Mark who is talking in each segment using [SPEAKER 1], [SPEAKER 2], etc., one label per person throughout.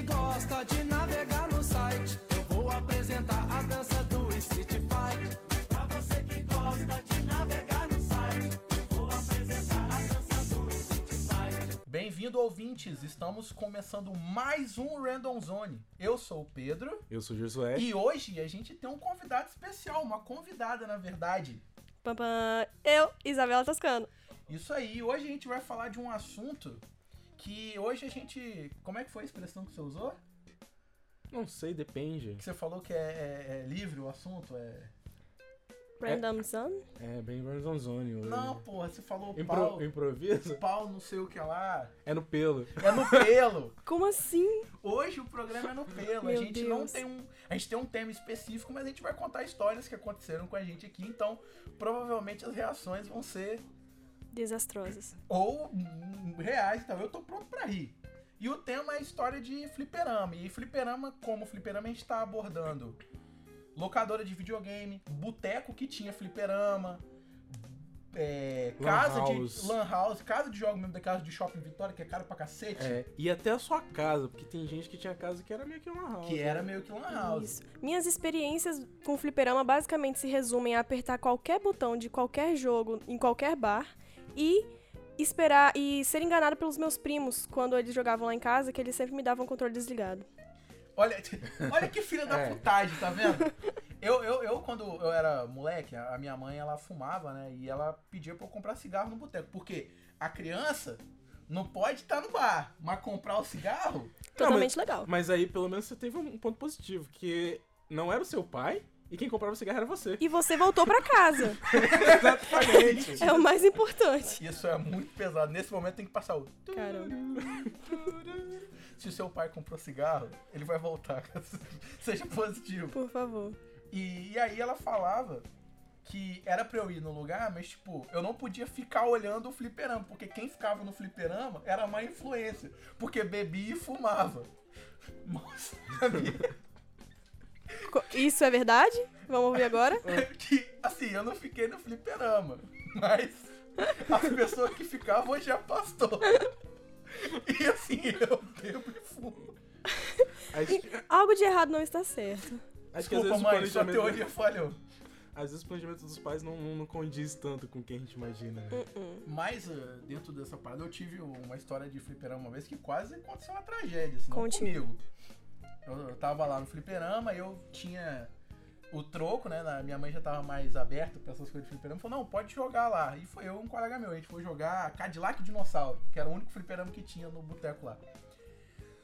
[SPEAKER 1] hora de navegar no site, eu vou apresentar a dança do Street Fight. Pra você que gosta de navegar no site, eu vou apresentar a dança do Street Fight.
[SPEAKER 2] Bem-vindo, ouvintes! Estamos começando mais um Random Zone. Eu sou o Pedro
[SPEAKER 3] Eu sou o Josué.
[SPEAKER 2] e hoje a gente tem um convidado especial, uma convidada, na verdade.
[SPEAKER 4] Pam, pam. Eu, Isabela Toscano.
[SPEAKER 2] Isso aí, hoje a gente vai falar de um assunto que hoje a gente. Como é que foi a expressão que você usou?
[SPEAKER 3] Não sei, depende.
[SPEAKER 2] Que você falou que é, é- é livre o assunto? É.
[SPEAKER 4] Random Zone?
[SPEAKER 3] É bem Vernon Zone hoje.
[SPEAKER 2] Não, porra, você falou pau.
[SPEAKER 3] Impro improviso?
[SPEAKER 2] Pau, não sei o que lá.
[SPEAKER 3] É no pelo.
[SPEAKER 2] É no pelo.
[SPEAKER 4] Como assim?
[SPEAKER 2] Hoje o programa é no pelo. a
[SPEAKER 4] Meu
[SPEAKER 2] gente não
[SPEAKER 4] Deus.
[SPEAKER 2] tem um, a gente tem um tema específico, mas a gente vai contar histórias que aconteceram com a gente aqui, então provavelmente as reações vão ser
[SPEAKER 4] Desastrosas.
[SPEAKER 2] ou hum, reais, então eu tô pronto pra rir. E o tema é história de fliperama. E fliperama, como fliperama, a gente tá abordando locadora de videogame, boteco que tinha fliperama, é,
[SPEAKER 3] Lan
[SPEAKER 2] casa
[SPEAKER 3] house.
[SPEAKER 2] de lan house, casa de jogo mesmo, da casa de shopping Vitória, que é caro pra cacete,
[SPEAKER 3] É, e até a sua casa, porque tem gente que tinha casa que era meio que uma house.
[SPEAKER 2] que é. era meio que lan house.
[SPEAKER 4] Isso. Minhas experiências com fliperama basicamente se resumem a apertar qualquer botão de qualquer jogo em qualquer bar e esperar e ser enganada pelos meus primos quando eles jogavam lá em casa, que eles sempre me davam o controle desligado.
[SPEAKER 2] Olha, olha que filha da
[SPEAKER 3] É.
[SPEAKER 2] putagem, tá vendo? Eu, eu, eu, quando eu era moleque, a a minha mãe, ela fumava, né? E ela pedia pra eu comprar cigarro no boteco. Porque a criança não pode estar no bar, mas comprar o cigarro...
[SPEAKER 4] Totalmente legal.
[SPEAKER 3] Mas aí pelo menos você teve um ponto positivo, que não era o seu pai e quem comprava o cigarro era você.
[SPEAKER 4] E você voltou pra casa.
[SPEAKER 3] Exatamente.
[SPEAKER 4] é o mais importante.
[SPEAKER 2] Isso é muito pesado. Nesse momento tem que passar o...
[SPEAKER 4] Caramba.
[SPEAKER 2] Se o seu pai comprou cigarro, ele vai voltar. Seja positivo.
[SPEAKER 4] Por favor.
[SPEAKER 2] E, e aí ela falava que era pra eu ir no lugar, mas tipo, eu não podia ficar olhando o fliperama, porque quem ficava no fliperama era má influência, porque bebia e fumava. Nossa, sabia?
[SPEAKER 4] Co- Isso é verdade? Vamos ouvir agora?
[SPEAKER 2] que assim, eu não fiquei no fliperama, mas as pessoas que ficavam já pastou. E assim, eu bebo e fumo.
[SPEAKER 3] Acho,
[SPEAKER 4] Algo de errado não está certo.
[SPEAKER 3] acho que
[SPEAKER 2] Desculpa,
[SPEAKER 3] às
[SPEAKER 2] mãe,
[SPEAKER 3] vezes,
[SPEAKER 2] sua
[SPEAKER 3] o planejamento,
[SPEAKER 2] teoria falhou.
[SPEAKER 3] às vezes o planejamento dos pais não, não condiz tanto com o que a gente imagina, né?
[SPEAKER 2] Mas eh, dentro dessa parada eu tive uma história de fliperama uma vez que quase aconteceu uma tragédia, assim, não
[SPEAKER 4] Conte.
[SPEAKER 2] comigo. Eu, eu tava lá no fliperama, eu tinha o troco, né? na- minha mãe já tava mais aberta pra essas coisas de fliperama, falou, não, pode jogar lá. E foi eu e um colega meu, a gente foi jogar Cadillac Dinossauro, que era o único fliperama que tinha no boteco lá.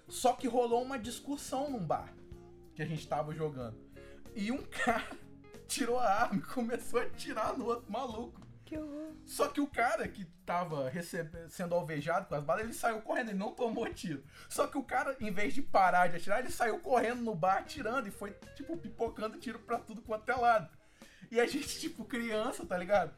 [SPEAKER 2] Só que rolou uma discussão num bar que a gente tava jogando. E um cara tirou a arma e começou a atirar no outro maluco.
[SPEAKER 4] Que horror.
[SPEAKER 2] Só que o cara que tava recebe- sendo alvejado com as balas, ele saiu correndo, ele não tomou tiro. Só que o cara, em vez de parar de atirar, ele saiu correndo no bar atirando e foi, tipo, pipocando tiro pra tudo quanto é lado. E a gente, tipo, criança, tá ligado?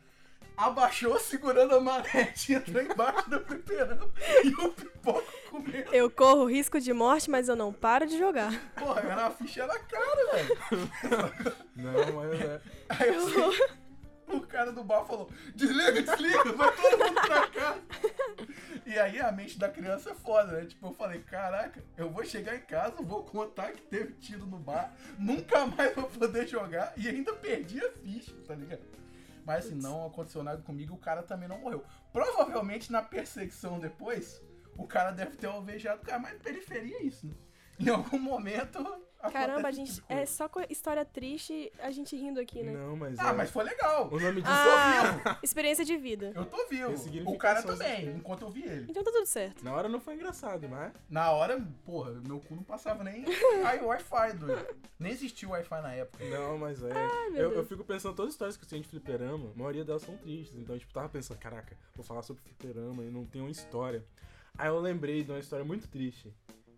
[SPEAKER 2] Abaixou segurando a manete, entrou embaixo do fliperama e o pipoco comeu.
[SPEAKER 4] Eu corro risco de morte, mas eu não paro de jogar.
[SPEAKER 2] Porra, era uma ficha na cara, velho.
[SPEAKER 3] Não, mas é.
[SPEAKER 2] Aí eu sei, o cara do bar falou: desliga, desliga, vai todo mundo pra casa. E aí a mente da criança é foda, né? Tipo, eu falei: caraca, eu vou chegar em casa, vou contar que teve tiro no bar, nunca mais vou poder jogar e ainda perdi a ficha, tá ligado? Mas assim, não aconteceu nada comigo e o cara também não morreu. Provavelmente na perseguição depois, o cara deve ter alvejado o cara, mas periferia é isso, né? Em algum momento. acontece
[SPEAKER 4] Caramba, a
[SPEAKER 2] esse
[SPEAKER 4] gente
[SPEAKER 2] tipo de
[SPEAKER 4] é
[SPEAKER 2] coisa.
[SPEAKER 4] só co- história triste, a gente rindo aqui, né?
[SPEAKER 3] Não, mas
[SPEAKER 2] Ah,
[SPEAKER 3] é.
[SPEAKER 2] mas foi legal.
[SPEAKER 3] O nome disso
[SPEAKER 4] Ah, experiência de vida.
[SPEAKER 2] Eu tô vivo.
[SPEAKER 3] Tem significações
[SPEAKER 2] O cara também,
[SPEAKER 3] diferentes.
[SPEAKER 2] enquanto eu vi ele.
[SPEAKER 4] Então tá tudo certo.
[SPEAKER 3] Na hora não foi engraçado, mas.
[SPEAKER 2] Na hora, porra, meu cu não passava nem ai, Wi-Fi, doido. Nem existia Wi-Fi na época.
[SPEAKER 3] Não, mas é.
[SPEAKER 4] meu
[SPEAKER 3] eu,
[SPEAKER 4] Deus.
[SPEAKER 3] eu fico pensando, todas as histórias que eu tenho de fliperama, a maioria delas são tristes. Então, tipo, tava pensando, caraca, vou falar sobre fliperama e não tem uma história. Aí eu lembrei de uma história muito triste.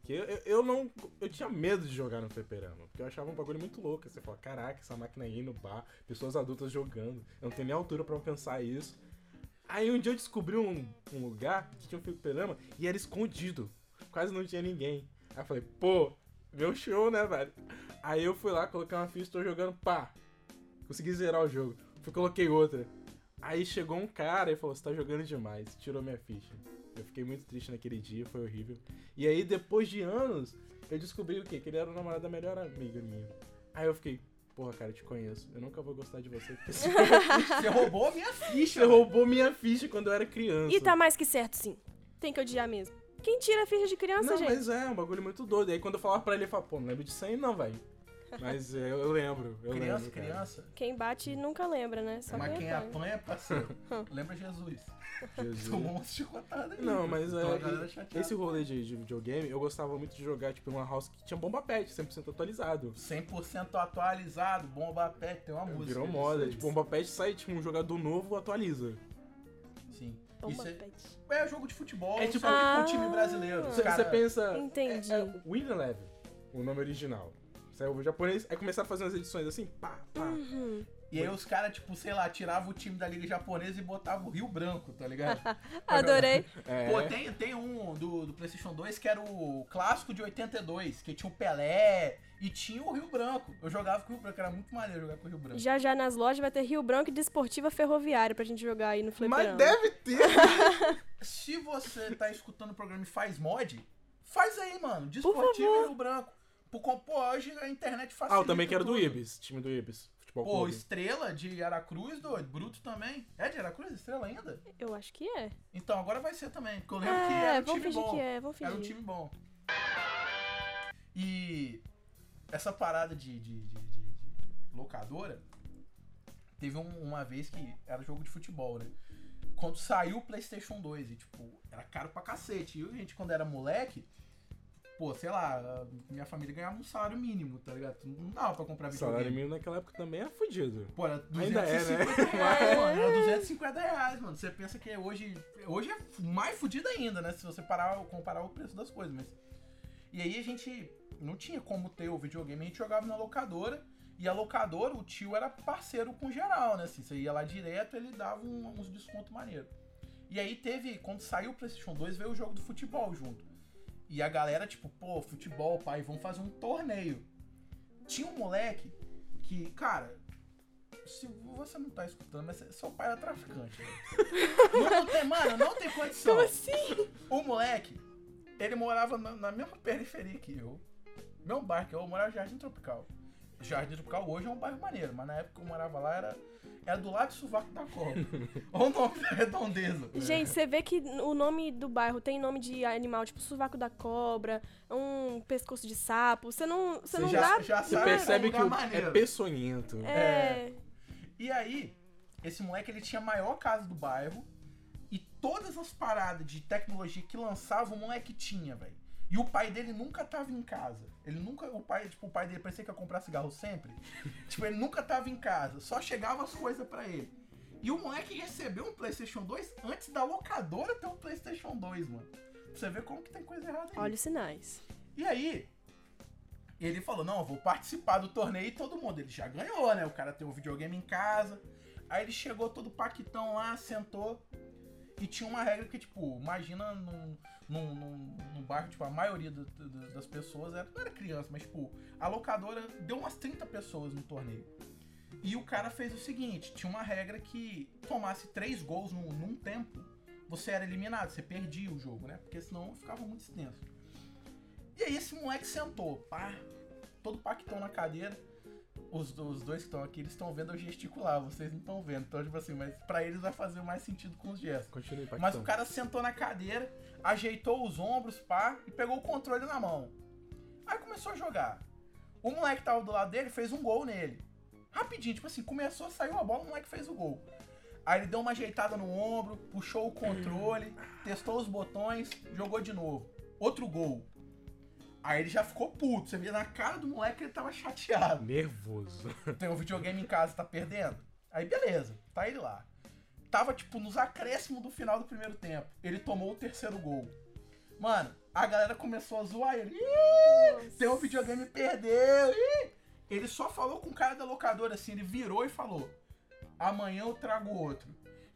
[SPEAKER 3] Que eu, eu, eu não. Eu tinha medo de jogar no fliperama. Porque eu achava um bagulho muito louco. Você fala, caraca, essa máquina aí no bar, pessoas adultas jogando. Eu não tenho nem altura pra pensar isso. Aí um dia eu descobri um, um lugar que tinha um fliperama e era escondido. Quase não tinha ninguém. Aí eu falei, pô, meu show, né, velho? Aí eu fui lá, coloquei uma ficha, tô jogando, pá. Consegui zerar o jogo. Fui, coloquei outra. Aí chegou um cara e falou, você tá jogando demais. Tirou minha ficha. Eu fiquei muito triste naquele dia, foi horrível. E aí, depois de anos, Eu descobri o quê? Que ele era o namorado da melhor amiga minha. Aí eu fiquei, porra, cara, eu te conheço. Eu nunca vou gostar de você. Porque você
[SPEAKER 2] Você roubou a minha ficha.
[SPEAKER 3] você roubou minha ficha quando eu era criança.
[SPEAKER 4] E tá mais que certo, sim. Tem que odiar mesmo. Quem tira a ficha de criança,
[SPEAKER 3] não,
[SPEAKER 4] gente?
[SPEAKER 3] mas é, um bagulho muito doido. Aí quando eu falava pra ele, ele falava, pô, não lembro disso aí não, velho. Mas é, eu, eu lembro, eu
[SPEAKER 2] Criança,
[SPEAKER 3] lembro. cara.
[SPEAKER 2] criança.
[SPEAKER 4] Quem bate nunca lembra, né? Só
[SPEAKER 2] Mas
[SPEAKER 4] quem
[SPEAKER 2] quem
[SPEAKER 4] apanha.
[SPEAKER 2] apanha, é parceiro, lembra Jesus. um
[SPEAKER 3] Jesus.
[SPEAKER 2] Tomou uma chicotada aí.
[SPEAKER 3] Não, mas
[SPEAKER 2] Então a galera
[SPEAKER 3] é,
[SPEAKER 2] chateada.
[SPEAKER 3] esse rolê de, de videogame, eu gostava muito de jogar, tipo, em uma house que tinha bomba pet, 100% atualizado.
[SPEAKER 2] 100% atualizado, bomba pé, tem uma música.
[SPEAKER 3] Virou
[SPEAKER 2] disso
[SPEAKER 3] moda.
[SPEAKER 2] aí.
[SPEAKER 3] Tipo, bomba pet sai, tipo, um jogador novo atualiza.
[SPEAKER 2] Sim.
[SPEAKER 4] Bomba
[SPEAKER 2] Isso é,
[SPEAKER 4] pet.
[SPEAKER 2] é jogo de futebol,
[SPEAKER 3] É
[SPEAKER 2] é
[SPEAKER 3] tipo-
[SPEAKER 2] tipo com
[SPEAKER 4] Ah.
[SPEAKER 2] o time brasileiro. Os
[SPEAKER 3] Você
[SPEAKER 2] cara-
[SPEAKER 3] pensa.
[SPEAKER 4] Entendi.
[SPEAKER 3] É, é Winner Level, o nome original. Saiu o japonês, aí começaram a fazer umas edições assim, pá, pá.
[SPEAKER 2] E aí os caras, tipo, sei lá, tiravam o time da Liga Japonesa e botavam o Rio Branco, tá ligado?
[SPEAKER 4] Adorei.
[SPEAKER 3] É,
[SPEAKER 2] Pô, tem, tem um do, do PlayStation 2 que era o clássico de 82, que tinha o Pelé e tinha o Rio Branco. Eu jogava com o Rio Branco, era muito maneiro jogar com o Rio Branco.
[SPEAKER 4] Já já nas lojas vai ter Rio Branco e Desportiva Ferroviária pra gente jogar aí no
[SPEAKER 3] Mas
[SPEAKER 4] fliperama.
[SPEAKER 3] deve ter!
[SPEAKER 2] Se você tá escutando o programa e faz mod, faz aí, mano. Desportivo e Rio Branco. Por, com- pô, hoje a internet facilita
[SPEAKER 3] ah, eu também quero do
[SPEAKER 2] tudo.
[SPEAKER 3] Ibis, time do Ibis. Futebol
[SPEAKER 2] Pô,
[SPEAKER 3] clube.
[SPEAKER 2] Estrela de Aracruz, doido. Bruto também. É de Aracruz, Estrela ainda?
[SPEAKER 4] Eu acho que é.
[SPEAKER 2] Então, agora vai ser também. Porque eu lembro que
[SPEAKER 4] É,
[SPEAKER 2] era um
[SPEAKER 4] vamos
[SPEAKER 2] time
[SPEAKER 4] fingir
[SPEAKER 2] bom.
[SPEAKER 4] que é, vamos
[SPEAKER 2] Era um
[SPEAKER 4] fingir.
[SPEAKER 2] time bom. E essa parada de, de- de- de- de locadora, teve um- uma vez que era jogo de futebol, né? Quando saiu o PlayStation 2, e tipo, era caro pra cacete. E a gente, quando era moleque, pô, sei lá, minha família ganhava um salário mínimo, tá ligado? Não dava pra comprar é um videogame.
[SPEAKER 3] Salário mínimo naquela época também é fudido.
[SPEAKER 2] Pô, era 250
[SPEAKER 3] Ainda é, né?
[SPEAKER 2] reais, mano. Era 250 reais, mano. Você pensa que hoje, hoje é mais fudido ainda, né? Se você parar, comparar o preço das coisas, mas... E aí a gente não tinha como ter o videogame, a gente jogava na locadora. E a locadora, o tio era parceiro com geral, né? Assim, você ia lá direto, ele dava um- uns desconto maneiro. E aí teve, quando saiu o PlayStation 2, veio o jogo do futebol junto. E a galera, tipo, pô, futebol, pai, vamos fazer um torneio. Tinha um moleque que, cara, se você não tá escutando, mas seu pai era traficante. né? não, não tem, mano, não tem condição.
[SPEAKER 4] Como assim?
[SPEAKER 2] O moleque, ele morava na, na mesma periferia que eu. Meu bairro que eu morava no Jardim Tropical. Jardim Tropical hoje é um bairro maneiro, mas na época que eu morava lá era, era do lado de Sovaco da Cobra. Olha o nome da redondeza.
[SPEAKER 4] Gente, você vê que o nome do bairro tem nome de animal, tipo sovaco da cobra, um pescoço de sapo. Você não, você não
[SPEAKER 2] já,
[SPEAKER 4] dá.
[SPEAKER 2] já
[SPEAKER 3] Você
[SPEAKER 2] sabe
[SPEAKER 3] percebe
[SPEAKER 2] que
[SPEAKER 3] que
[SPEAKER 2] é um
[SPEAKER 3] o-
[SPEAKER 2] lugar
[SPEAKER 3] é
[SPEAKER 2] maneiro.
[SPEAKER 3] peçonhento.
[SPEAKER 4] É.
[SPEAKER 2] E aí, esse moleque ele tinha a maior casa do bairro e todas as paradas de tecnologia que lançava o moleque tinha, velho. E o pai dele nunca tava em casa. Ele nunca. O pai, tipo, o pai dele parecia que ia comprar cigarro sempre. tipo, ele nunca tava em casa. Só chegava as coisas pra ele. E o moleque recebeu um Playstation 2 antes da locadora ter um Playstation 2, mano. Pra você ver como que tem coisa errada aí.
[SPEAKER 4] Olha os sinais.
[SPEAKER 2] E aí, ele falou: Não, eu vou participar do torneio e todo mundo. Ele já ganhou, né? O cara tem um videogame em casa. Aí ele chegou todo paquitão lá, sentou. E tinha uma regra que, tipo, imagina num, num, num, num bairro, tipo, a maioria do- do- das pessoas era, não era criança, mas, tipo, a locadora deu umas 30 pessoas no torneio. E o cara fez o seguinte: tinha uma regra que tomasse três gols num, num tempo, você era eliminado, você perdia o jogo, né? Porque senão ficava muito extenso. E aí esse moleque sentou, pá, todo paquetão na cadeira. Os, do- os dois que estão aqui, eles estão vendo eu gesticular, vocês não estão vendo. Então, tipo assim, mas pra eles vai fazer mais sentido com os gestos.
[SPEAKER 3] Continue, Paquitão.
[SPEAKER 2] Mas o cara sentou na cadeira, ajeitou os ombros, pá, e pegou o controle na mão. Aí começou a jogar. O moleque que tava do lado dele fez um gol nele. Rapidinho, tipo assim, começou, saiu a bola, o moleque fez o gol. Aí ele deu uma ajeitada no ombro, puxou o controle, testou os botões, jogou de novo. Outro gol. Aí ele já ficou puto. Você via na cara do moleque que ele tava chateado
[SPEAKER 3] Nervoso.
[SPEAKER 2] tem um videogame em casa, tá perdendo? Aí beleza, tá ele lá. Tava, tipo, nos acréscimos do final do primeiro tempo. Ele tomou o terceiro gol. Mano, a galera começou a zoar ele. Ih, Teu videogame perdeu. Ih. Ele só falou com o cara da locadora assim, ele virou e falou: Amanhã eu trago outro.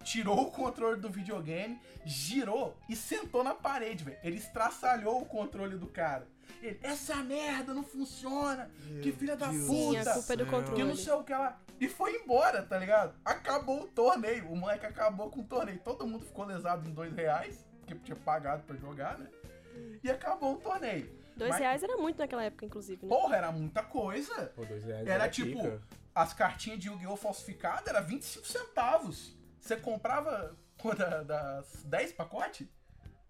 [SPEAKER 2] Tirou o controle do videogame, girou e sentou na parede, velho. Ele estraçalhou o controle do cara. Ele, essa merda não funciona. que filha da
[SPEAKER 3] Deus
[SPEAKER 4] Sim,
[SPEAKER 2] puta.
[SPEAKER 3] Puta
[SPEAKER 4] a culpa é
[SPEAKER 3] céu.
[SPEAKER 4] do
[SPEAKER 2] Que não
[SPEAKER 4] controle.
[SPEAKER 2] sei o que ela. E foi embora, tá ligado? Acabou o torneio. O moleque acabou com o torneio. Todo mundo ficou lesado em dois reais, porque tinha pagado pra jogar, né? E acabou o torneio.
[SPEAKER 4] Dois
[SPEAKER 2] Mas-
[SPEAKER 4] reais era muito naquela época, inclusive, né?
[SPEAKER 2] Porra, era muita coisa.
[SPEAKER 3] Pô, dois reais.
[SPEAKER 2] Era tipo,
[SPEAKER 3] pica.
[SPEAKER 2] as cartinhas de Yu-Gi-Oh! falsificadas era 25 centavos. Você comprava quando a- das 10 pacotes?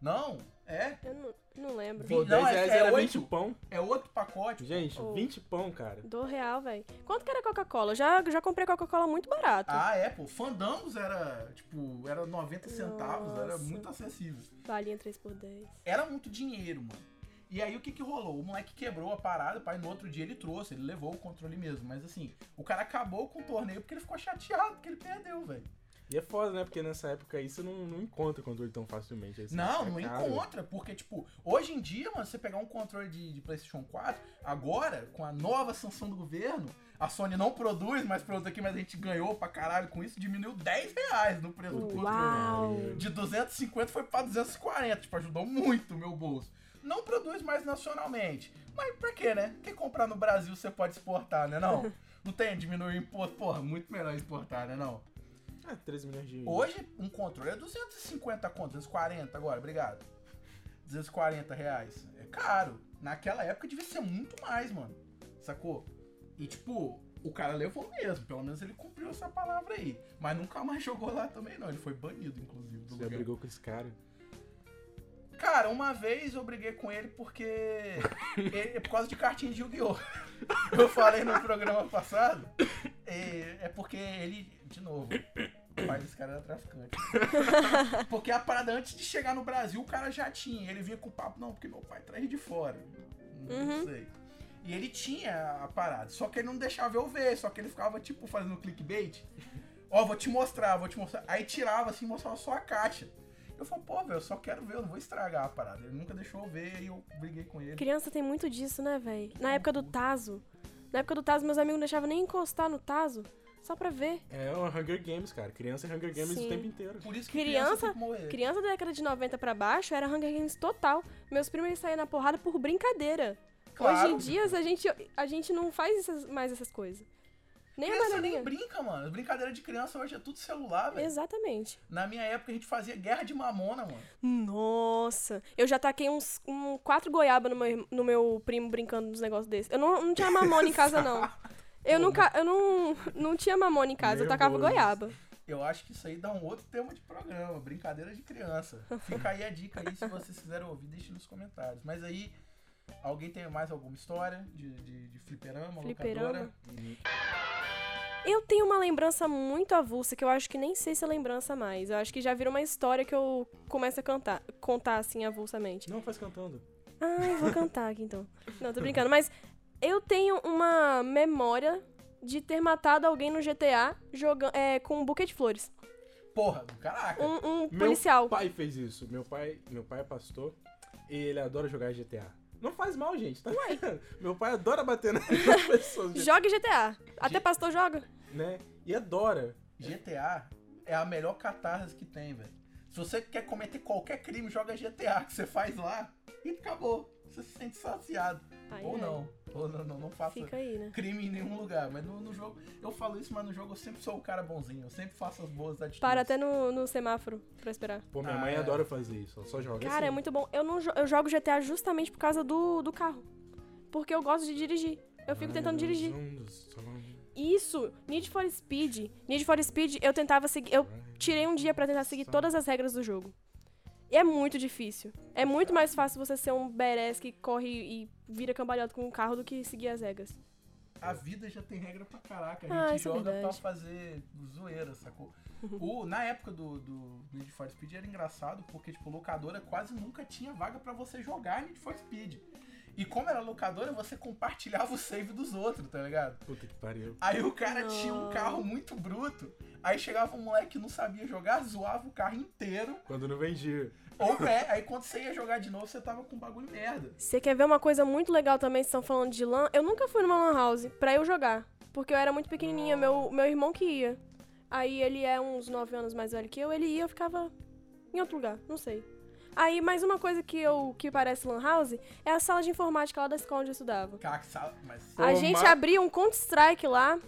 [SPEAKER 2] Não, é.
[SPEAKER 4] Eu não, não lembro.
[SPEAKER 3] Pô,
[SPEAKER 2] Não,
[SPEAKER 3] 10
[SPEAKER 2] é-
[SPEAKER 3] reais
[SPEAKER 2] é
[SPEAKER 3] era
[SPEAKER 2] oito.
[SPEAKER 3] 20 pão.
[SPEAKER 2] É outro pacote.
[SPEAKER 3] Gente,
[SPEAKER 4] Ô.
[SPEAKER 3] 20 pão, cara.
[SPEAKER 4] Do real, velho. Quanto que era a Coca-Cola? Eu Já, já comprei Coca-Cola muito barato.
[SPEAKER 2] Ah, é, pô. Fandangos era, tipo, era 90 centavos, era
[SPEAKER 4] Nossa.
[SPEAKER 2] muito acessível.
[SPEAKER 4] Valinha 3 por 10
[SPEAKER 2] Era muito dinheiro, mano. E aí o que que rolou? O moleque quebrou a parada, pai, no outro dia ele trouxe, ele levou o controle mesmo. Mas assim, o cara acabou com o torneio porque ele ficou chateado, porque ele perdeu, velho.
[SPEAKER 3] E é foda, né? Porque nessa época aí você não, não encontra controle tão facilmente. Aí você
[SPEAKER 2] Não,
[SPEAKER 3] é
[SPEAKER 2] não
[SPEAKER 3] caro.
[SPEAKER 2] encontra, porque, tipo, hoje em dia, mano, você pegar um controle de, de PlayStation 4, agora, com a nova sanção do governo, a Sony não produz mais produto aqui, mas a gente ganhou pra caralho com isso, diminuiu 10 reais no preço do controle.
[SPEAKER 4] Uau!
[SPEAKER 2] De 250 foi pra 240, tipo, ajudou muito o meu bolso. Não produz mais nacionalmente. Mas pra quê, né? Porque comprar no Brasil você pode exportar, né não? Não tem diminuir o imposto? Porra, muito melhor exportar, né não?
[SPEAKER 3] Ah, 13 milhões de
[SPEAKER 2] Hoje, um controle é 250 conto, 240 agora, obrigado. 240 reais. É caro. Naquela época devia ser muito mais, mano. Sacou? E tipo, o cara levou mesmo. Pelo menos ele cumpriu essa palavra aí. Mas nunca mais jogou lá também, não. Ele foi banido, inclusive, do
[SPEAKER 3] Você
[SPEAKER 2] lugar.
[SPEAKER 3] brigou com esse cara.
[SPEAKER 2] Cara, uma vez eu briguei com ele porque. é, é por causa de cartinha de Yu-Gi-Oh! Eu falei no programa passado. É, é porque ele. De novo, o pai desse cara era traficante. Porque a parada antes de chegar no Brasil, o cara já tinha. Ele vinha com o papo, não, porque meu pai traz de fora. Não
[SPEAKER 4] Uhum.
[SPEAKER 2] sei. E ele tinha a parada, só que ele não deixava eu ver, só que ele ficava, tipo, fazendo clickbait. Ó, vou te mostrar, vou te mostrar. Aí tirava assim, mostrava só a caixa. Eu falei, pô, velho, eu só quero ver, eu não vou estragar a parada. Ele nunca deixou eu ver e eu briguei com ele.
[SPEAKER 4] Criança tem muito disso, né, velho? Na época do Tazo. Na época do Tazo, meus amigos não deixavam nem encostar no Tazo, só pra ver.
[SPEAKER 3] É o Hunger Games, cara. Criança é Hunger Games
[SPEAKER 4] Sim.
[SPEAKER 3] o tempo inteiro.
[SPEAKER 2] É Por isso que
[SPEAKER 4] Criança-
[SPEAKER 2] criança, tem que morrer.
[SPEAKER 4] Criança da década de 90 pra baixo era Hunger Games total. Meus primos eles saíam na porrada por brincadeira. Hoje em dia a gente, a gente não faz essas- mais essas coisas. Nem a
[SPEAKER 2] Criança nem
[SPEAKER 4] bananinha.
[SPEAKER 2] brinca, mano. Brincadeira de criança hoje é tudo celular, velho.
[SPEAKER 4] Exatamente.
[SPEAKER 2] Na minha época a gente fazia guerra de mamona, mano.
[SPEAKER 4] Nossa, eu já taquei uns um, quatro goiaba no meu, irm- no meu primo brincando nos negócios desses. Eu não, não tinha mamona em casa, não. Eu nunca. Eu não, não tinha mamona em casa, eu
[SPEAKER 3] Meu
[SPEAKER 4] tacava
[SPEAKER 3] Deus.
[SPEAKER 4] goiaba.
[SPEAKER 2] Eu acho que isso aí dá um outro tema de programa, brincadeira de criança. Fica aí a dica aí, se vocês quiserem ouvir, deixe nos comentários. Mas aí, alguém tem mais alguma história de, de, de fliperama,
[SPEAKER 4] Fliperama.
[SPEAKER 2] locadora?
[SPEAKER 4] Eu tenho uma lembrança muito avulsa que eu acho que nem sei se é lembrança mais. Eu acho que já virou uma história que eu começo a cantar, contar assim avulsamente.
[SPEAKER 3] Não, faz cantando.
[SPEAKER 4] Ah, eu vou cantar aqui então. Não, tô brincando, mas eu tenho uma memória de ter matado alguém no GTA joga- é, com um buquê de flores.
[SPEAKER 2] Porra, do caraca.
[SPEAKER 4] Um, um
[SPEAKER 3] Meu
[SPEAKER 4] policial.
[SPEAKER 3] pai fez isso. Meu pai, meu pai é pastor e ele adora jogar GTA. Não faz mal, gente, tá? Meu pai adora bater nas pessoas,
[SPEAKER 4] Joga GTA. Até
[SPEAKER 3] Ge-
[SPEAKER 4] pastor joga.
[SPEAKER 3] né? E adora.
[SPEAKER 2] GTA é a melhor catarse que tem, velho. Se você quer cometer qualquer crime, joga GTA que você faz lá e acabou. Você se sente saciado.
[SPEAKER 4] Ai,
[SPEAKER 2] ou
[SPEAKER 4] ai.
[SPEAKER 2] não. Ou não, não, não faça
[SPEAKER 4] Fica aí, né?
[SPEAKER 2] crime em nenhum lugar. Mas no, no jogo, eu falo isso, mas no jogo eu sempre sou o cara bonzinho. Eu sempre faço as boas atitudes.
[SPEAKER 4] Para até no, no semáforo pra esperar.
[SPEAKER 3] Pô, minha
[SPEAKER 2] Ah,
[SPEAKER 3] mãe
[SPEAKER 2] é.
[SPEAKER 3] adora fazer isso. Ela só joga
[SPEAKER 4] Cara, é
[SPEAKER 3] assim.
[SPEAKER 4] muito bom. Eu, não jo- eu jogo GTA justamente por causa do, do carro. Porque eu gosto de dirigir. Eu
[SPEAKER 3] Ah,
[SPEAKER 4] fico tentando dirigir.
[SPEAKER 3] um
[SPEAKER 4] Isso, Need for Speed. Need for Speed, eu tentava seguir. Eu tirei um dia pra tentar seguir todas as regras do jogo. E é muito difícil. É muito mais fácil você ser um badass que corre e vira cambalhota com um carro do que seguir as regras.
[SPEAKER 2] A vida já tem regra pra caraca.
[SPEAKER 4] Ah,
[SPEAKER 2] A gente
[SPEAKER 4] isso é
[SPEAKER 2] joga pra
[SPEAKER 4] verdade.
[SPEAKER 2] fazer zoeira, sacou? O, na época do, do Need for Speed era engraçado porque, tipo, locadora quase nunca tinha vaga pra você jogar Need for Speed. E como era locadora, você compartilhava o save dos outros, tá ligado?
[SPEAKER 3] Puta que pariu.
[SPEAKER 2] Aí o cara tinha um
[SPEAKER 4] Não.
[SPEAKER 2] carro muito bruto, aí chegava um moleque que não sabia jogar, zoava o carro inteiro.
[SPEAKER 3] Quando não vendia.
[SPEAKER 2] Ou é, aí quando você ia jogar de novo, você tava com um bagulho merda.
[SPEAKER 4] Você quer ver uma coisa muito legal também, vocês estão falando de LAN? Eu nunca fui numa LAN house pra eu jogar, porque eu era muito pequenininha, meu, meu irmão que ia. Aí ele é uns 9 anos mais velho que eu, ele ia, eu ficava em outro lugar, não sei. Aí, mais uma coisa que eu que parece LAN house é a sala de informática lá da escola onde eu estudava.
[SPEAKER 2] Caraca, sabe? Mas
[SPEAKER 4] a
[SPEAKER 3] Pô,
[SPEAKER 4] gente
[SPEAKER 3] ma-
[SPEAKER 4] abria um Counter-Strike lá.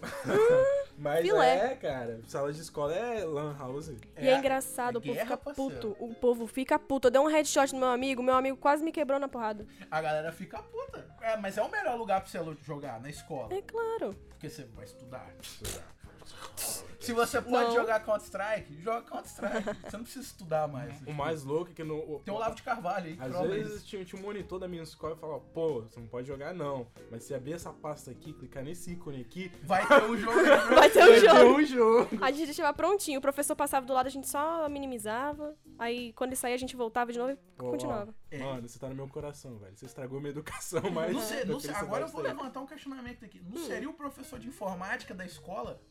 [SPEAKER 3] Mas
[SPEAKER 4] Filé.
[SPEAKER 3] é, cara, sala de escola é lan house.
[SPEAKER 4] E é engraçado, o povo
[SPEAKER 2] guerra,
[SPEAKER 4] fica
[SPEAKER 2] parceiro.
[SPEAKER 4] puto. O povo fica puto. Eu dei um headshot no meu amigo, meu amigo quase me quebrou na porrada.
[SPEAKER 2] A galera fica puta. É, mas é o melhor lugar pra você jogar, na escola.
[SPEAKER 4] É claro.
[SPEAKER 2] Porque você vai estudar. Se você pode
[SPEAKER 4] Não.
[SPEAKER 2] jogar Counter-Strike, joga Counter-Strike. você não precisa estudar mais.
[SPEAKER 3] O mais louco é que no. o-
[SPEAKER 2] Tem o Lavo de Carvalho aí, que
[SPEAKER 3] Às
[SPEAKER 2] prova né?
[SPEAKER 3] vezes
[SPEAKER 2] isso.
[SPEAKER 3] tinha, tinha um monitor da minha escola e falava, pô, você não pode jogar não. Mas se abrir essa pasta aqui, clicar nesse ícone aqui,
[SPEAKER 2] Vai ter um jogo.
[SPEAKER 4] Vai ter o
[SPEAKER 3] vai ter
[SPEAKER 4] jogo.
[SPEAKER 3] um jogo.
[SPEAKER 4] A gente deixava prontinho. O professor passava do lado, a gente só minimizava. Aí quando ele saía, a gente voltava de novo e
[SPEAKER 3] Ó,
[SPEAKER 4] continuava.
[SPEAKER 2] É.
[SPEAKER 3] Mano, você tá no meu coração, velho. Você estragou minha educação, mas.
[SPEAKER 2] Não sei, não sei.
[SPEAKER 3] felicidade
[SPEAKER 2] Agora eu vou
[SPEAKER 3] tá aí.
[SPEAKER 2] levantar um questionamento aqui.
[SPEAKER 4] Hum.
[SPEAKER 2] Não seria o professor de informática da escola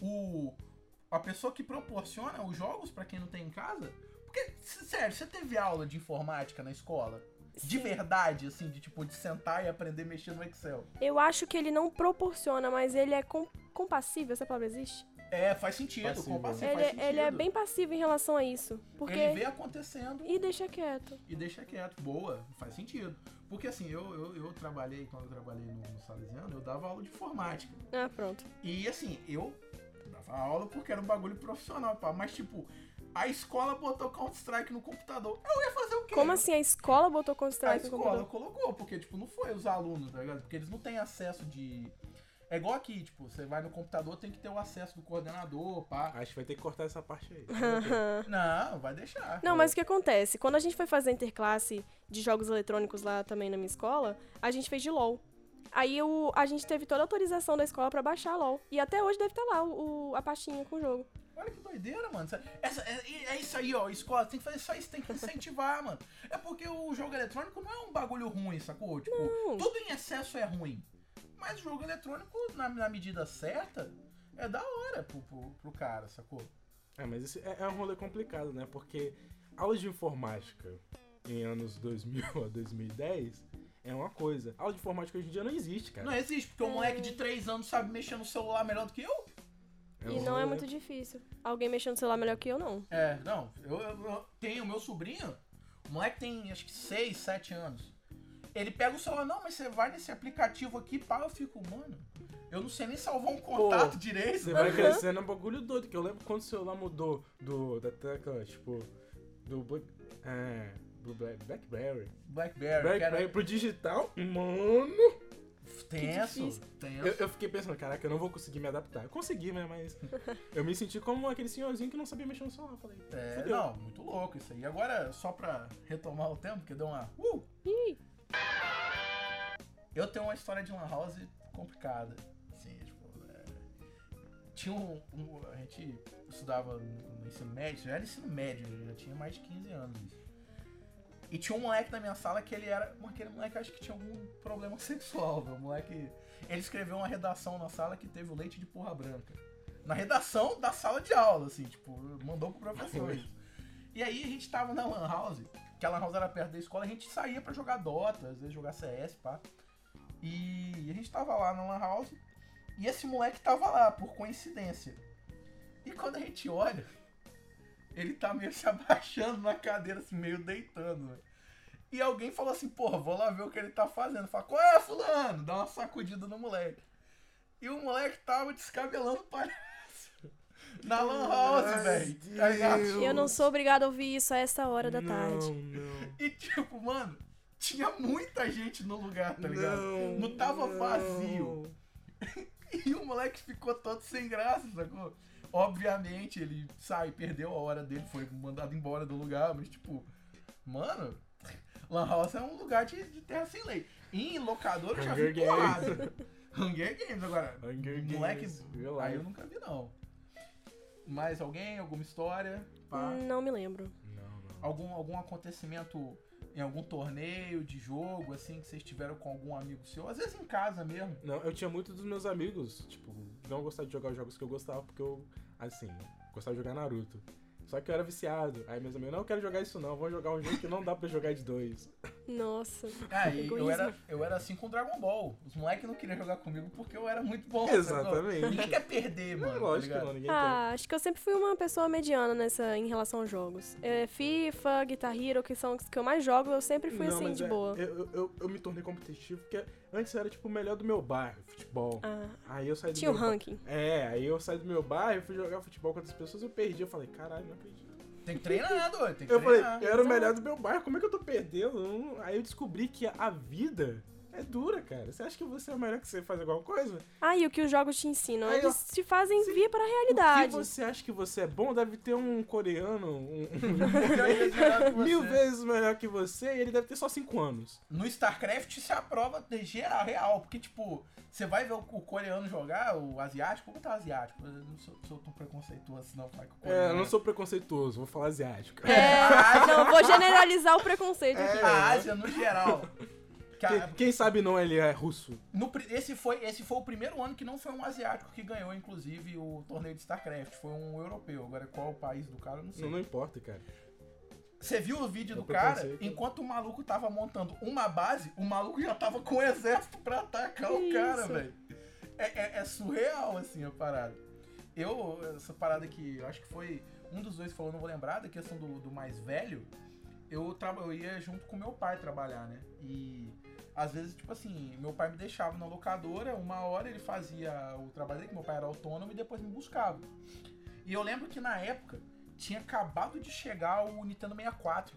[SPEAKER 2] o a pessoa que proporciona os jogos pra quem não tem em casa? Porque, s- sério, você teve aula de informática na escola? De
[SPEAKER 4] Sim.
[SPEAKER 2] verdade, assim, de tipo, de sentar e aprender a mexer no Excel.
[SPEAKER 4] Eu acho que ele não proporciona, mas ele é com- compassível, essa palavra existe?
[SPEAKER 2] É, faz sentido.
[SPEAKER 3] Passível.
[SPEAKER 2] compassivo,
[SPEAKER 4] Ele,
[SPEAKER 2] faz
[SPEAKER 4] é-
[SPEAKER 2] sentido.
[SPEAKER 4] ele é bem passivo em relação a isso. Porque.
[SPEAKER 2] Ele vê acontecendo
[SPEAKER 4] E deixa quieto.
[SPEAKER 2] e deixa quieto. Boa, faz sentido. Porque assim, eu, eu, eu trabalhei, quando eu trabalhei no, no Salesiano, eu dava aula de informática.
[SPEAKER 4] Ah, pronto.
[SPEAKER 2] E assim, eu dava aula porque era um bagulho profissional, pá. Mas tipo, a escola botou Counter-Strike no computador. Eu ia fazer o quê?
[SPEAKER 4] Como assim? A escola botou
[SPEAKER 2] é? A
[SPEAKER 4] Counter-Strike no
[SPEAKER 2] escola
[SPEAKER 4] computador?
[SPEAKER 2] colocou, porque tipo, não foi os alunos, tá ligado? Porque eles não têm acesso de. É igual aqui, tipo, você vai no computador, tem que ter o acesso do coordenador, pá.
[SPEAKER 3] Acho que vai ter que cortar essa parte aí.
[SPEAKER 2] Não, vai deixar.
[SPEAKER 4] Não, mas o que acontece? Quando a gente foi fazer a interclasse de jogos eletrônicos lá também na minha escola, a gente fez de LOL. Aí o- a gente teve toda a autorização da escola pra baixar LOL. E até hoje deve estar lá o, o- a pastinha com o jogo.
[SPEAKER 2] Olha que doideira, mano. Essa- essa- é, é isso aí, ó. Escola, tem que fazer só isso, tem que incentivar, mano. É porque o jogo eletrônico não é um bagulho ruim, sacou? Tipo, tudo em excesso é ruim. Mas o jogo eletrônico, na, na medida certa, é da hora pro, pro, pro cara, sacou?
[SPEAKER 3] É, mas esse é, é um rolê complicado, né? Porque aula de informática em anos 2000 a 2010 é uma coisa. Aula de informática hoje em dia não existe, cara.
[SPEAKER 2] Não
[SPEAKER 4] é-
[SPEAKER 2] existe, porque o moleque de 3 anos sabe mexer no celular melhor do que eu.
[SPEAKER 4] E
[SPEAKER 3] um
[SPEAKER 4] não é
[SPEAKER 3] rolê-
[SPEAKER 4] muito difícil. Alguém mexendo no celular melhor que eu, não.
[SPEAKER 2] É, não. Eu, eu, eu tenho meu sobrinho, o moleque tem acho que 6, 7 anos. Ele pega o celular, não, mas você vai nesse aplicativo aqui, pá, eu fico, mano. Eu não sei nem salvar um contato direito.
[SPEAKER 3] Você vai
[SPEAKER 4] Aham.
[SPEAKER 3] crescendo é um bagulho doido, que eu lembro quando o celular mudou do, da tecla, tipo, do Black, é, do Black- Blackberry, É,
[SPEAKER 2] Blackberry, que era
[SPEAKER 3] Blackberry pro digital, mano,
[SPEAKER 2] tenso,
[SPEAKER 4] difícil.
[SPEAKER 2] tenso.
[SPEAKER 3] eu, eu fiquei pensando, caraca, eu não vou conseguir me adaptar. Eu consegui, né, mas eu me senti como aquele senhorzinho que não sabia mexer no celular, eu falei,
[SPEAKER 2] É,
[SPEAKER 3] fudeu.
[SPEAKER 2] não, muito louco isso aí. Agora, só pra retomar o tempo, que deu uma. Uh!
[SPEAKER 4] Ih,
[SPEAKER 2] Eu tenho uma história de Lan House complicada. Assim, tipo. é, Tinha um, um- A gente estudava no no ensino médio, já era ensino médio, eu já tinha mais de 15 anos. isso. E tinha um moleque na minha sala que ele era. Aquele moleque acho que tinha algum problema sexual, velho. O moleque. Ele escreveu uma redação na sala que teve o leite de porra branca. Na redação da sala de aula, assim, tipo, mandou pro professor isso. E aí a gente tava na Lan House, que a Lan House era perto da escola, a gente saía pra jogar Dota, às vezes jogar CS, pá. E a gente tava lá na Lan House e esse moleque tava lá, por coincidência. E quando a gente olha, ele tá meio se abaixando na cadeira, assim, meio deitando, né? E alguém falou assim, porra, vou lá ver o que ele tá fazendo. Fala, qual é, fulano? Dá uma sacudida no moleque. E o moleque tava descabelando o palhaço. Na Lan House, velho. Tá ligado?
[SPEAKER 4] eu não sou obrigada a ouvir isso a essa hora da
[SPEAKER 3] não,
[SPEAKER 4] tarde.
[SPEAKER 3] Não,
[SPEAKER 2] E tipo, mano, tinha muita gente no lugar, tá ligado?
[SPEAKER 3] não,
[SPEAKER 2] Não tava vazio. E o moleque ficou todo sem graça, sacou? Obviamente ele sai, perdeu a hora dele, foi mandado embora do lugar, mas tipo, mano, Lan House é um lugar de, de terra sem lei. E em locador eu já vi
[SPEAKER 3] Hunger Games.
[SPEAKER 2] porrada. Hunger Games agora.
[SPEAKER 3] Hunger
[SPEAKER 2] moleque,
[SPEAKER 3] Games, real
[SPEAKER 2] aí
[SPEAKER 3] life.
[SPEAKER 2] eu nunca vi não. Mais alguém, alguma história? Pá.
[SPEAKER 4] Não me lembro.
[SPEAKER 3] Não, não.
[SPEAKER 2] algum, algum acontecimento em algum torneio de jogo, assim, que vocês tiveram com algum amigo seu, às vezes em casa mesmo.
[SPEAKER 3] Não, eu tinha muito dos meus amigos, tipo, não gostava de jogar os jogos que eu gostava, porque eu, assim, gostava de jogar Naruto. Só que eu era viciado. Aí meus amigos, não, eu quero jogar isso não, vou jogar um jogo que não dá pra jogar de dois.
[SPEAKER 4] Nossa.
[SPEAKER 2] Ah, e eu
[SPEAKER 4] Egoísmo.
[SPEAKER 2] era, eu era assim com Dragon Ball. Os moleques não queriam jogar comigo porque eu era muito bom. sacou?
[SPEAKER 3] Exatamente.
[SPEAKER 2] Ninguém quer perder, mano.
[SPEAKER 3] É
[SPEAKER 2] tá
[SPEAKER 3] lógico,
[SPEAKER 2] ligado?
[SPEAKER 3] não, ninguém
[SPEAKER 4] Ah, acho que eu sempre fui uma pessoa mediana nessa em relação aos jogos. É, FIFA, Guitar Hero, que são os que eu mais jogo, eu sempre
[SPEAKER 3] quer.
[SPEAKER 4] fui
[SPEAKER 3] Não,
[SPEAKER 4] assim,
[SPEAKER 3] mas
[SPEAKER 4] de
[SPEAKER 3] é-
[SPEAKER 4] boa.
[SPEAKER 3] Eu, eu, eu me tornei competitivo porque Antes era, tipo, o melhor do meu bairro, futebol.
[SPEAKER 4] Ah,
[SPEAKER 3] Aí eu saí do
[SPEAKER 4] tinha o
[SPEAKER 3] meu ba-
[SPEAKER 4] ranking.
[SPEAKER 3] É, aí eu saí do meu bairro, fui jogar futebol com outras pessoas, eu perdi. Eu falei, caralho, não acredito.
[SPEAKER 2] Tem que treinar, doido. Tem que
[SPEAKER 3] Eu falei,
[SPEAKER 2] treinar.
[SPEAKER 3] eu era o melhor do meu bairro, como é que eu tô perdendo? Eu não- Aí eu descobri que a vida é dura, cara. Você acha que você é o melhor que você faz alguma coisa?
[SPEAKER 4] Ah, e o que os jogos te ensinam?
[SPEAKER 3] Aí, ó.
[SPEAKER 4] Eles te fazem
[SPEAKER 3] Sim.
[SPEAKER 4] vir para a
[SPEAKER 3] O
[SPEAKER 4] realidade.
[SPEAKER 3] que você acha que você é bom? Deve ter um coreano um-
[SPEAKER 2] Eu ia direto com
[SPEAKER 3] um mil
[SPEAKER 4] é.
[SPEAKER 2] você.
[SPEAKER 3] vezes melhor que você e ele deve ter só cinco anos.
[SPEAKER 2] No StarCraft se aprova de geral, real, porque, tipo, você vai ver o, o coreano jogar, o asiático, como tá o asiático? Eu não sou, sou tão preconceituoso assim, não, pai, com o
[SPEAKER 3] É,
[SPEAKER 2] coreano.
[SPEAKER 4] né?
[SPEAKER 3] eu não sou preconceituoso, vou falar asiático.
[SPEAKER 4] É, não, vou generalizar o preconceito aqui.
[SPEAKER 2] A Ásia, no geral. Que a-
[SPEAKER 3] Quem, quem sabe não ele é russo.
[SPEAKER 2] no pri- esse, foi, esse foi o primeiro ano que não foi um asiático que ganhou, inclusive, o torneio de StarCraft. Foi um europeu. Agora, qual é o país do cara, eu não sei.
[SPEAKER 3] Não, não importa, cara.
[SPEAKER 2] Você viu o vídeo
[SPEAKER 3] Eu
[SPEAKER 2] do cara?
[SPEAKER 3] preconceito.
[SPEAKER 2] Enquanto o maluco tava montando uma base, o maluco já tava com o exército pra atacar o cara,
[SPEAKER 4] Isso.
[SPEAKER 2] velho. É, é- é surreal, assim, a parada. Eu, essa parada que eu acho que foi um dos dois que falou, não vou lembrar, da questão do, do mais velho, eu, traba- eu ia junto com meu pai trabalhar, né? E às vezes, tipo assim, meu pai me deixava na locadora, uma hora ele fazia o trabalho dele, que meu pai era autônomo, e depois me buscava. E eu lembro que na época tinha acabado de chegar o Nintendo 64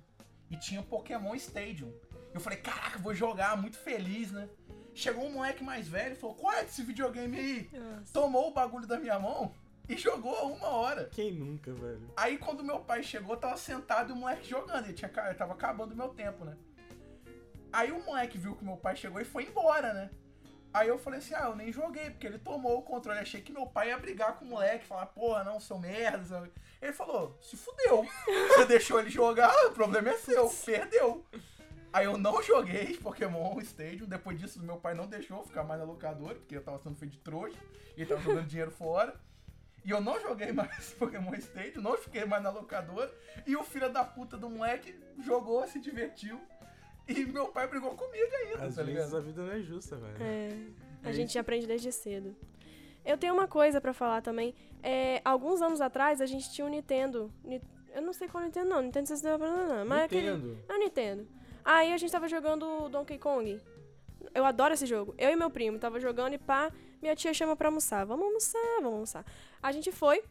[SPEAKER 2] e tinha Pokémon Stadium. Eu falei, caraca, vou jogar, muito feliz, né? Chegou um moleque mais velho e falou, qual é esse videogame aí?
[SPEAKER 4] Nossa.
[SPEAKER 2] Tomou o bagulho da minha mão e jogou uma hora.
[SPEAKER 3] Quem nunca, velho?
[SPEAKER 2] Aí quando meu pai chegou, eu tava sentado e o moleque jogando. Ele tinha, ca- tava acabando o meu tempo, né? Aí o moleque viu que meu pai chegou e foi embora, né? Aí eu falei assim, ah, eu nem joguei, porque ele tomou o controle. Achei que meu pai ia brigar com o moleque, falar, porra, não, seu merda. sabe? Ele falou, se fudeu. Você deixou ele jogar, o problema é seu, perdeu. Aí eu não joguei Pokémon Stadium. Depois disso, meu pai não deixou eu ficar mais na locadora, porque eu tava sendo feito de trouxa. Ele tava jogando dinheiro fora. E eu não joguei mais Pokémon Stadium, não fiquei mais na locadora. E o filho da puta do moleque jogou, se divertiu. E meu pai brigou comigo ainda,
[SPEAKER 3] Às
[SPEAKER 2] tá
[SPEAKER 3] vezes
[SPEAKER 2] ligado?
[SPEAKER 3] a vida não é justa, velho.
[SPEAKER 4] É, a
[SPEAKER 3] É
[SPEAKER 4] gente aprende desde cedo. Eu tenho uma coisa pra falar também. É, alguns anos atrás a gente tinha o Nintendo. Ni- Eu não sei qual Nintendo, não. Nintendo 64, não, não, não, mas é aquele-
[SPEAKER 3] Entendo.
[SPEAKER 4] É o Nintendo. Aí a gente tava jogando Donkey Kong. Eu adoro esse jogo. Eu e meu primo tava jogando e pá, minha tia chama pra almoçar. Vamos almoçar, vamos almoçar. A gente foi.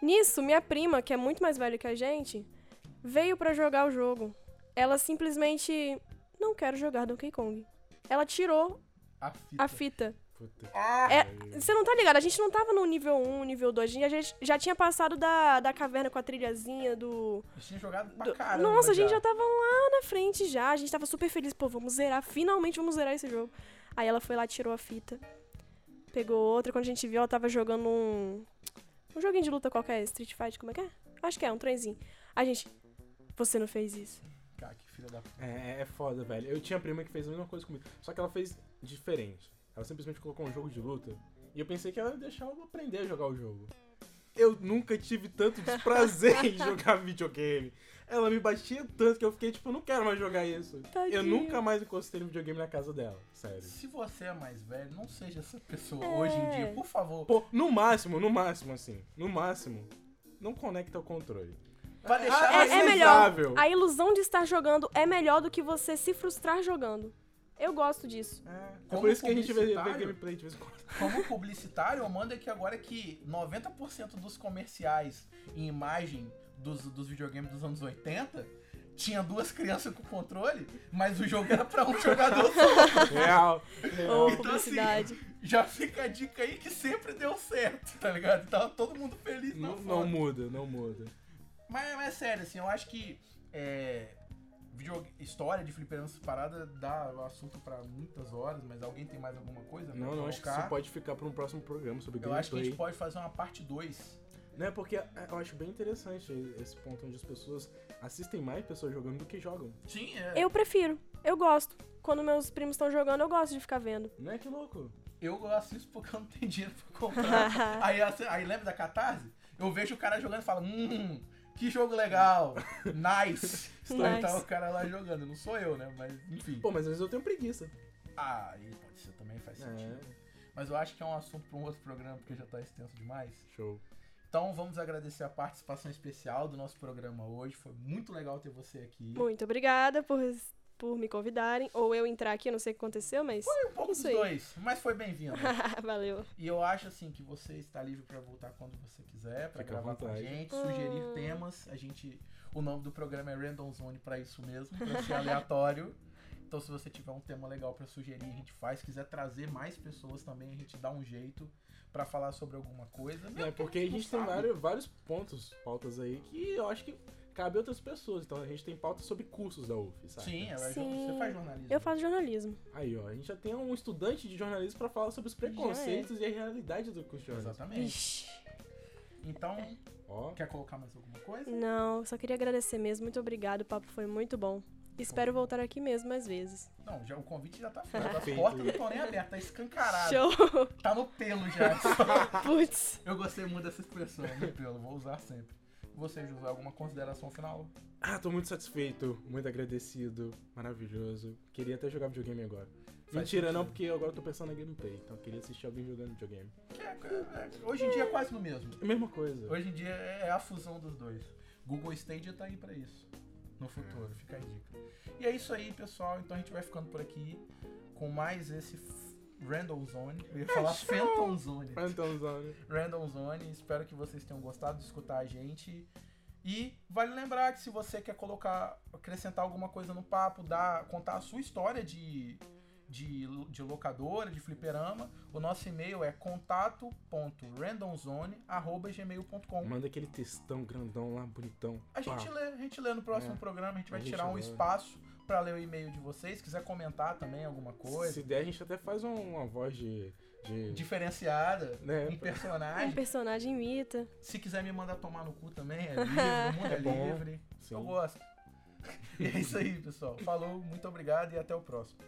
[SPEAKER 4] Nisso, minha prima, que é muito mais velha que a gente, veio pra jogar o jogo. Ela simplesmente não quero jogar Donkey Kong. Ela tirou
[SPEAKER 2] A fita.
[SPEAKER 4] a fita.
[SPEAKER 3] Puta que
[SPEAKER 4] É,
[SPEAKER 3] pariu.
[SPEAKER 4] você não tá ligado? A gente não tava no nível 1, nível 2. A gente já tinha passado da, da caverna com a trilhazinha do,
[SPEAKER 2] A gente tinha jogado pra
[SPEAKER 4] do-
[SPEAKER 2] caramba.
[SPEAKER 4] Nossa, a gente
[SPEAKER 2] já
[SPEAKER 4] já tá tava lá na frente já. A gente tava super feliz. Pô, vamos zerar. Finalmente vamos zerar esse jogo. Aí ela foi lá, tirou a fita. Pegou outra. Quando a gente viu, ela tava jogando um. Um joguinho de luta qualquer. Street Fight, como é que é? Acho que é, um trenzinho. A gente. Você não fez isso.
[SPEAKER 2] Cara, que filha da puta.
[SPEAKER 3] É, é foda, velho. Eu tinha uma prima que fez a mesma coisa comigo. Só que ela fez diferente. Ela simplesmente colocou um jogo de luta. E eu pensei que ela ia deixar eu aprender a jogar o jogo. Eu nunca tive tanto desprazer em jogar videogame. Ela me batia tanto que eu fiquei tipo, eu não quero mais jogar isso.
[SPEAKER 4] Tadinho.
[SPEAKER 3] Eu nunca mais encostei no videogame na casa dela, sério.
[SPEAKER 2] Se você é mais velho, não seja essa pessoa
[SPEAKER 4] É.
[SPEAKER 2] hoje em dia, por favor.
[SPEAKER 3] Pô, no máximo, no máximo assim, no máximo, não conecta o controle.
[SPEAKER 2] Vai deixar
[SPEAKER 3] Ah,
[SPEAKER 2] mais
[SPEAKER 4] É, é
[SPEAKER 2] velho.
[SPEAKER 4] melhor.
[SPEAKER 3] saudável.
[SPEAKER 4] A ilusão de estar jogando é melhor do que você se frustrar jogando. Eu gosto disso.
[SPEAKER 3] É,
[SPEAKER 2] Como
[SPEAKER 3] por isso que a gente vê, vê
[SPEAKER 2] publicitário-
[SPEAKER 3] gameplay de vez em quando.
[SPEAKER 2] Como publicitário, eu mando aqui agora que 90% dos comerciais em imagem dos, dos videogames dos anos 80 tinha duas crianças com controle, mas o jogo era pra um jogador só.
[SPEAKER 3] Real.
[SPEAKER 4] Ou tá
[SPEAKER 3] real.
[SPEAKER 2] assim,
[SPEAKER 4] publicidade.
[SPEAKER 2] Já fica a dica aí que sempre deu certo, tá ligado? Tava todo mundo feliz na
[SPEAKER 3] Não,
[SPEAKER 2] foto.
[SPEAKER 3] não muda, não muda.
[SPEAKER 2] Mas, mas é sério, assim, eu acho que é, video- história de fliperama separada dá assunto pra muitas horas, mas alguém tem mais alguma coisa? pra
[SPEAKER 3] Não, não, acho que
[SPEAKER 2] colocar?
[SPEAKER 3] isso pode ficar para um próximo programa sobre
[SPEAKER 2] Eu acho que a
[SPEAKER 3] gameplay.
[SPEAKER 2] gente pode fazer uma parte 2.
[SPEAKER 3] Né, porque é, eu acho bem interessante esse ponto onde as pessoas assistem mais pessoas jogando do que jogam.
[SPEAKER 2] Sim, é.
[SPEAKER 4] Eu prefiro. Eu gosto. Quando meus primos estão jogando, eu gosto de ficar vendo.
[SPEAKER 3] Né, que louco.
[SPEAKER 2] Eu assisto porque eu não tenho dinheiro pra comprar. aí, assim, aí lembra da Catarse? Eu vejo o cara jogando e falo, hum, que jogo legal, nice. Então
[SPEAKER 4] Nice.
[SPEAKER 2] tá o cara lá jogando, não sou eu, né? Mas enfim.
[SPEAKER 3] Pô, mas às vezes eu tenho preguiça.
[SPEAKER 2] Ah, aí pode ser também, faz sentido.
[SPEAKER 3] É,
[SPEAKER 2] Mas eu acho que é um assunto pra um outro programa, porque já tá extenso demais.
[SPEAKER 3] show.
[SPEAKER 2] Então vamos agradecer a participação especial do nosso programa hoje. Foi muito legal ter você aqui.
[SPEAKER 4] Muito obrigada por, por me convidarem, ou eu entrar aqui, eu não sei o que aconteceu, mas.
[SPEAKER 2] Foi um pouco
[SPEAKER 4] Isso
[SPEAKER 2] dos
[SPEAKER 4] aí.
[SPEAKER 2] dois, mas foi bem-vindo.
[SPEAKER 4] Valeu.
[SPEAKER 2] E eu acho assim que você está livre para voltar quando você quiser, para
[SPEAKER 3] Fica à
[SPEAKER 2] gravar com a
[SPEAKER 3] vontade.
[SPEAKER 2] gente, sugerir
[SPEAKER 4] Ah.
[SPEAKER 2] temas. A gente, o nome do programa é Random Zone para isso mesmo, para ser aleatório. Então se você tiver um tema legal para sugerir, a gente faz. Se quiser trazer mais pessoas também, a gente dá um jeito para falar sobre alguma coisa.
[SPEAKER 3] É, porque a gente tem vários, vários pontos, pautas aí, que eu acho que cabe a outras pessoas. Então a gente tem pautas sobre cursos da UF, sabe?
[SPEAKER 2] Sim, ela é jo-
[SPEAKER 4] Sim.
[SPEAKER 2] você faz jornalismo.
[SPEAKER 4] Eu faço jornalismo.
[SPEAKER 3] Aí, ó, a gente já tem um estudante de jornalismo pra falar sobre os preconceitos e a realidade do curso de jornalismo.
[SPEAKER 2] Exatamente.
[SPEAKER 4] Ixi.
[SPEAKER 2] Então,
[SPEAKER 3] Ó,
[SPEAKER 2] quer colocar mais alguma coisa?
[SPEAKER 4] Hum. Não, só queria agradecer mesmo. Muito obrigado, o papo foi muito bom. Espero voltar aqui mesmo mais vezes.
[SPEAKER 2] Não, já, o convite já tá feito. As
[SPEAKER 3] feito.
[SPEAKER 2] portas não estão nem abertas, tá escancarado.
[SPEAKER 4] Show!
[SPEAKER 2] Tá no pelo já.
[SPEAKER 4] Putz!
[SPEAKER 2] Eu gostei muito dessa expressão, meu pelo, vou usar sempre. Você, José, alguma consideração final?
[SPEAKER 3] ah, tô muito satisfeito, muito agradecido, maravilhoso. Queria até jogar videogame agora.
[SPEAKER 2] Faz
[SPEAKER 3] Mentira, não,
[SPEAKER 2] sentido.
[SPEAKER 3] porque eu agora tô pensando na gameplay, então eu queria assistir alguém jogando videogame.
[SPEAKER 2] Que é- é- hoje em dia é quase no mesmo.
[SPEAKER 3] Mesma coisa.
[SPEAKER 2] Hoje em dia é a fusão dos dois. Google Stadia tá aí pra isso. No futuro, fica a dica. E é isso aí, pessoal. Então a gente vai ficando por aqui com mais esse f- Random Zone. Eu ia falar Phantom Zone.
[SPEAKER 3] Então, Zone.
[SPEAKER 2] Random Zone. Espero que vocês tenham gostado de escutar a gente. E vale lembrar que se você quer colocar, acrescentar alguma coisa no papo, dar, contar a sua história de, de, de locadora, de fliperama, o nosso e-mail é contato.randomzone.gmail.com.
[SPEAKER 3] Manda aquele textão grandão lá, bonitão.
[SPEAKER 2] A gente é
[SPEAKER 3] Pá.
[SPEAKER 2] lê, a gente lê no próximo
[SPEAKER 3] É.
[SPEAKER 2] programa, a gente vai
[SPEAKER 3] A gente
[SPEAKER 2] tirar um
[SPEAKER 3] lê.
[SPEAKER 2] espaço pra ler o e-mail de vocês, se quiser comentar também alguma coisa,
[SPEAKER 3] Se der, a gente até faz um- uma voz de. de...
[SPEAKER 2] diferenciada,
[SPEAKER 3] Né?
[SPEAKER 2] um
[SPEAKER 4] Um
[SPEAKER 2] personagem.
[SPEAKER 4] personagem imita.
[SPEAKER 2] Se quiser me mandar tomar no cu também, é livre, o mundo é,
[SPEAKER 3] É bom.
[SPEAKER 2] livre.
[SPEAKER 3] Sim.
[SPEAKER 2] Eu gosto. E é isso aí, pessoal. Falou, muito obrigado e até o próximo.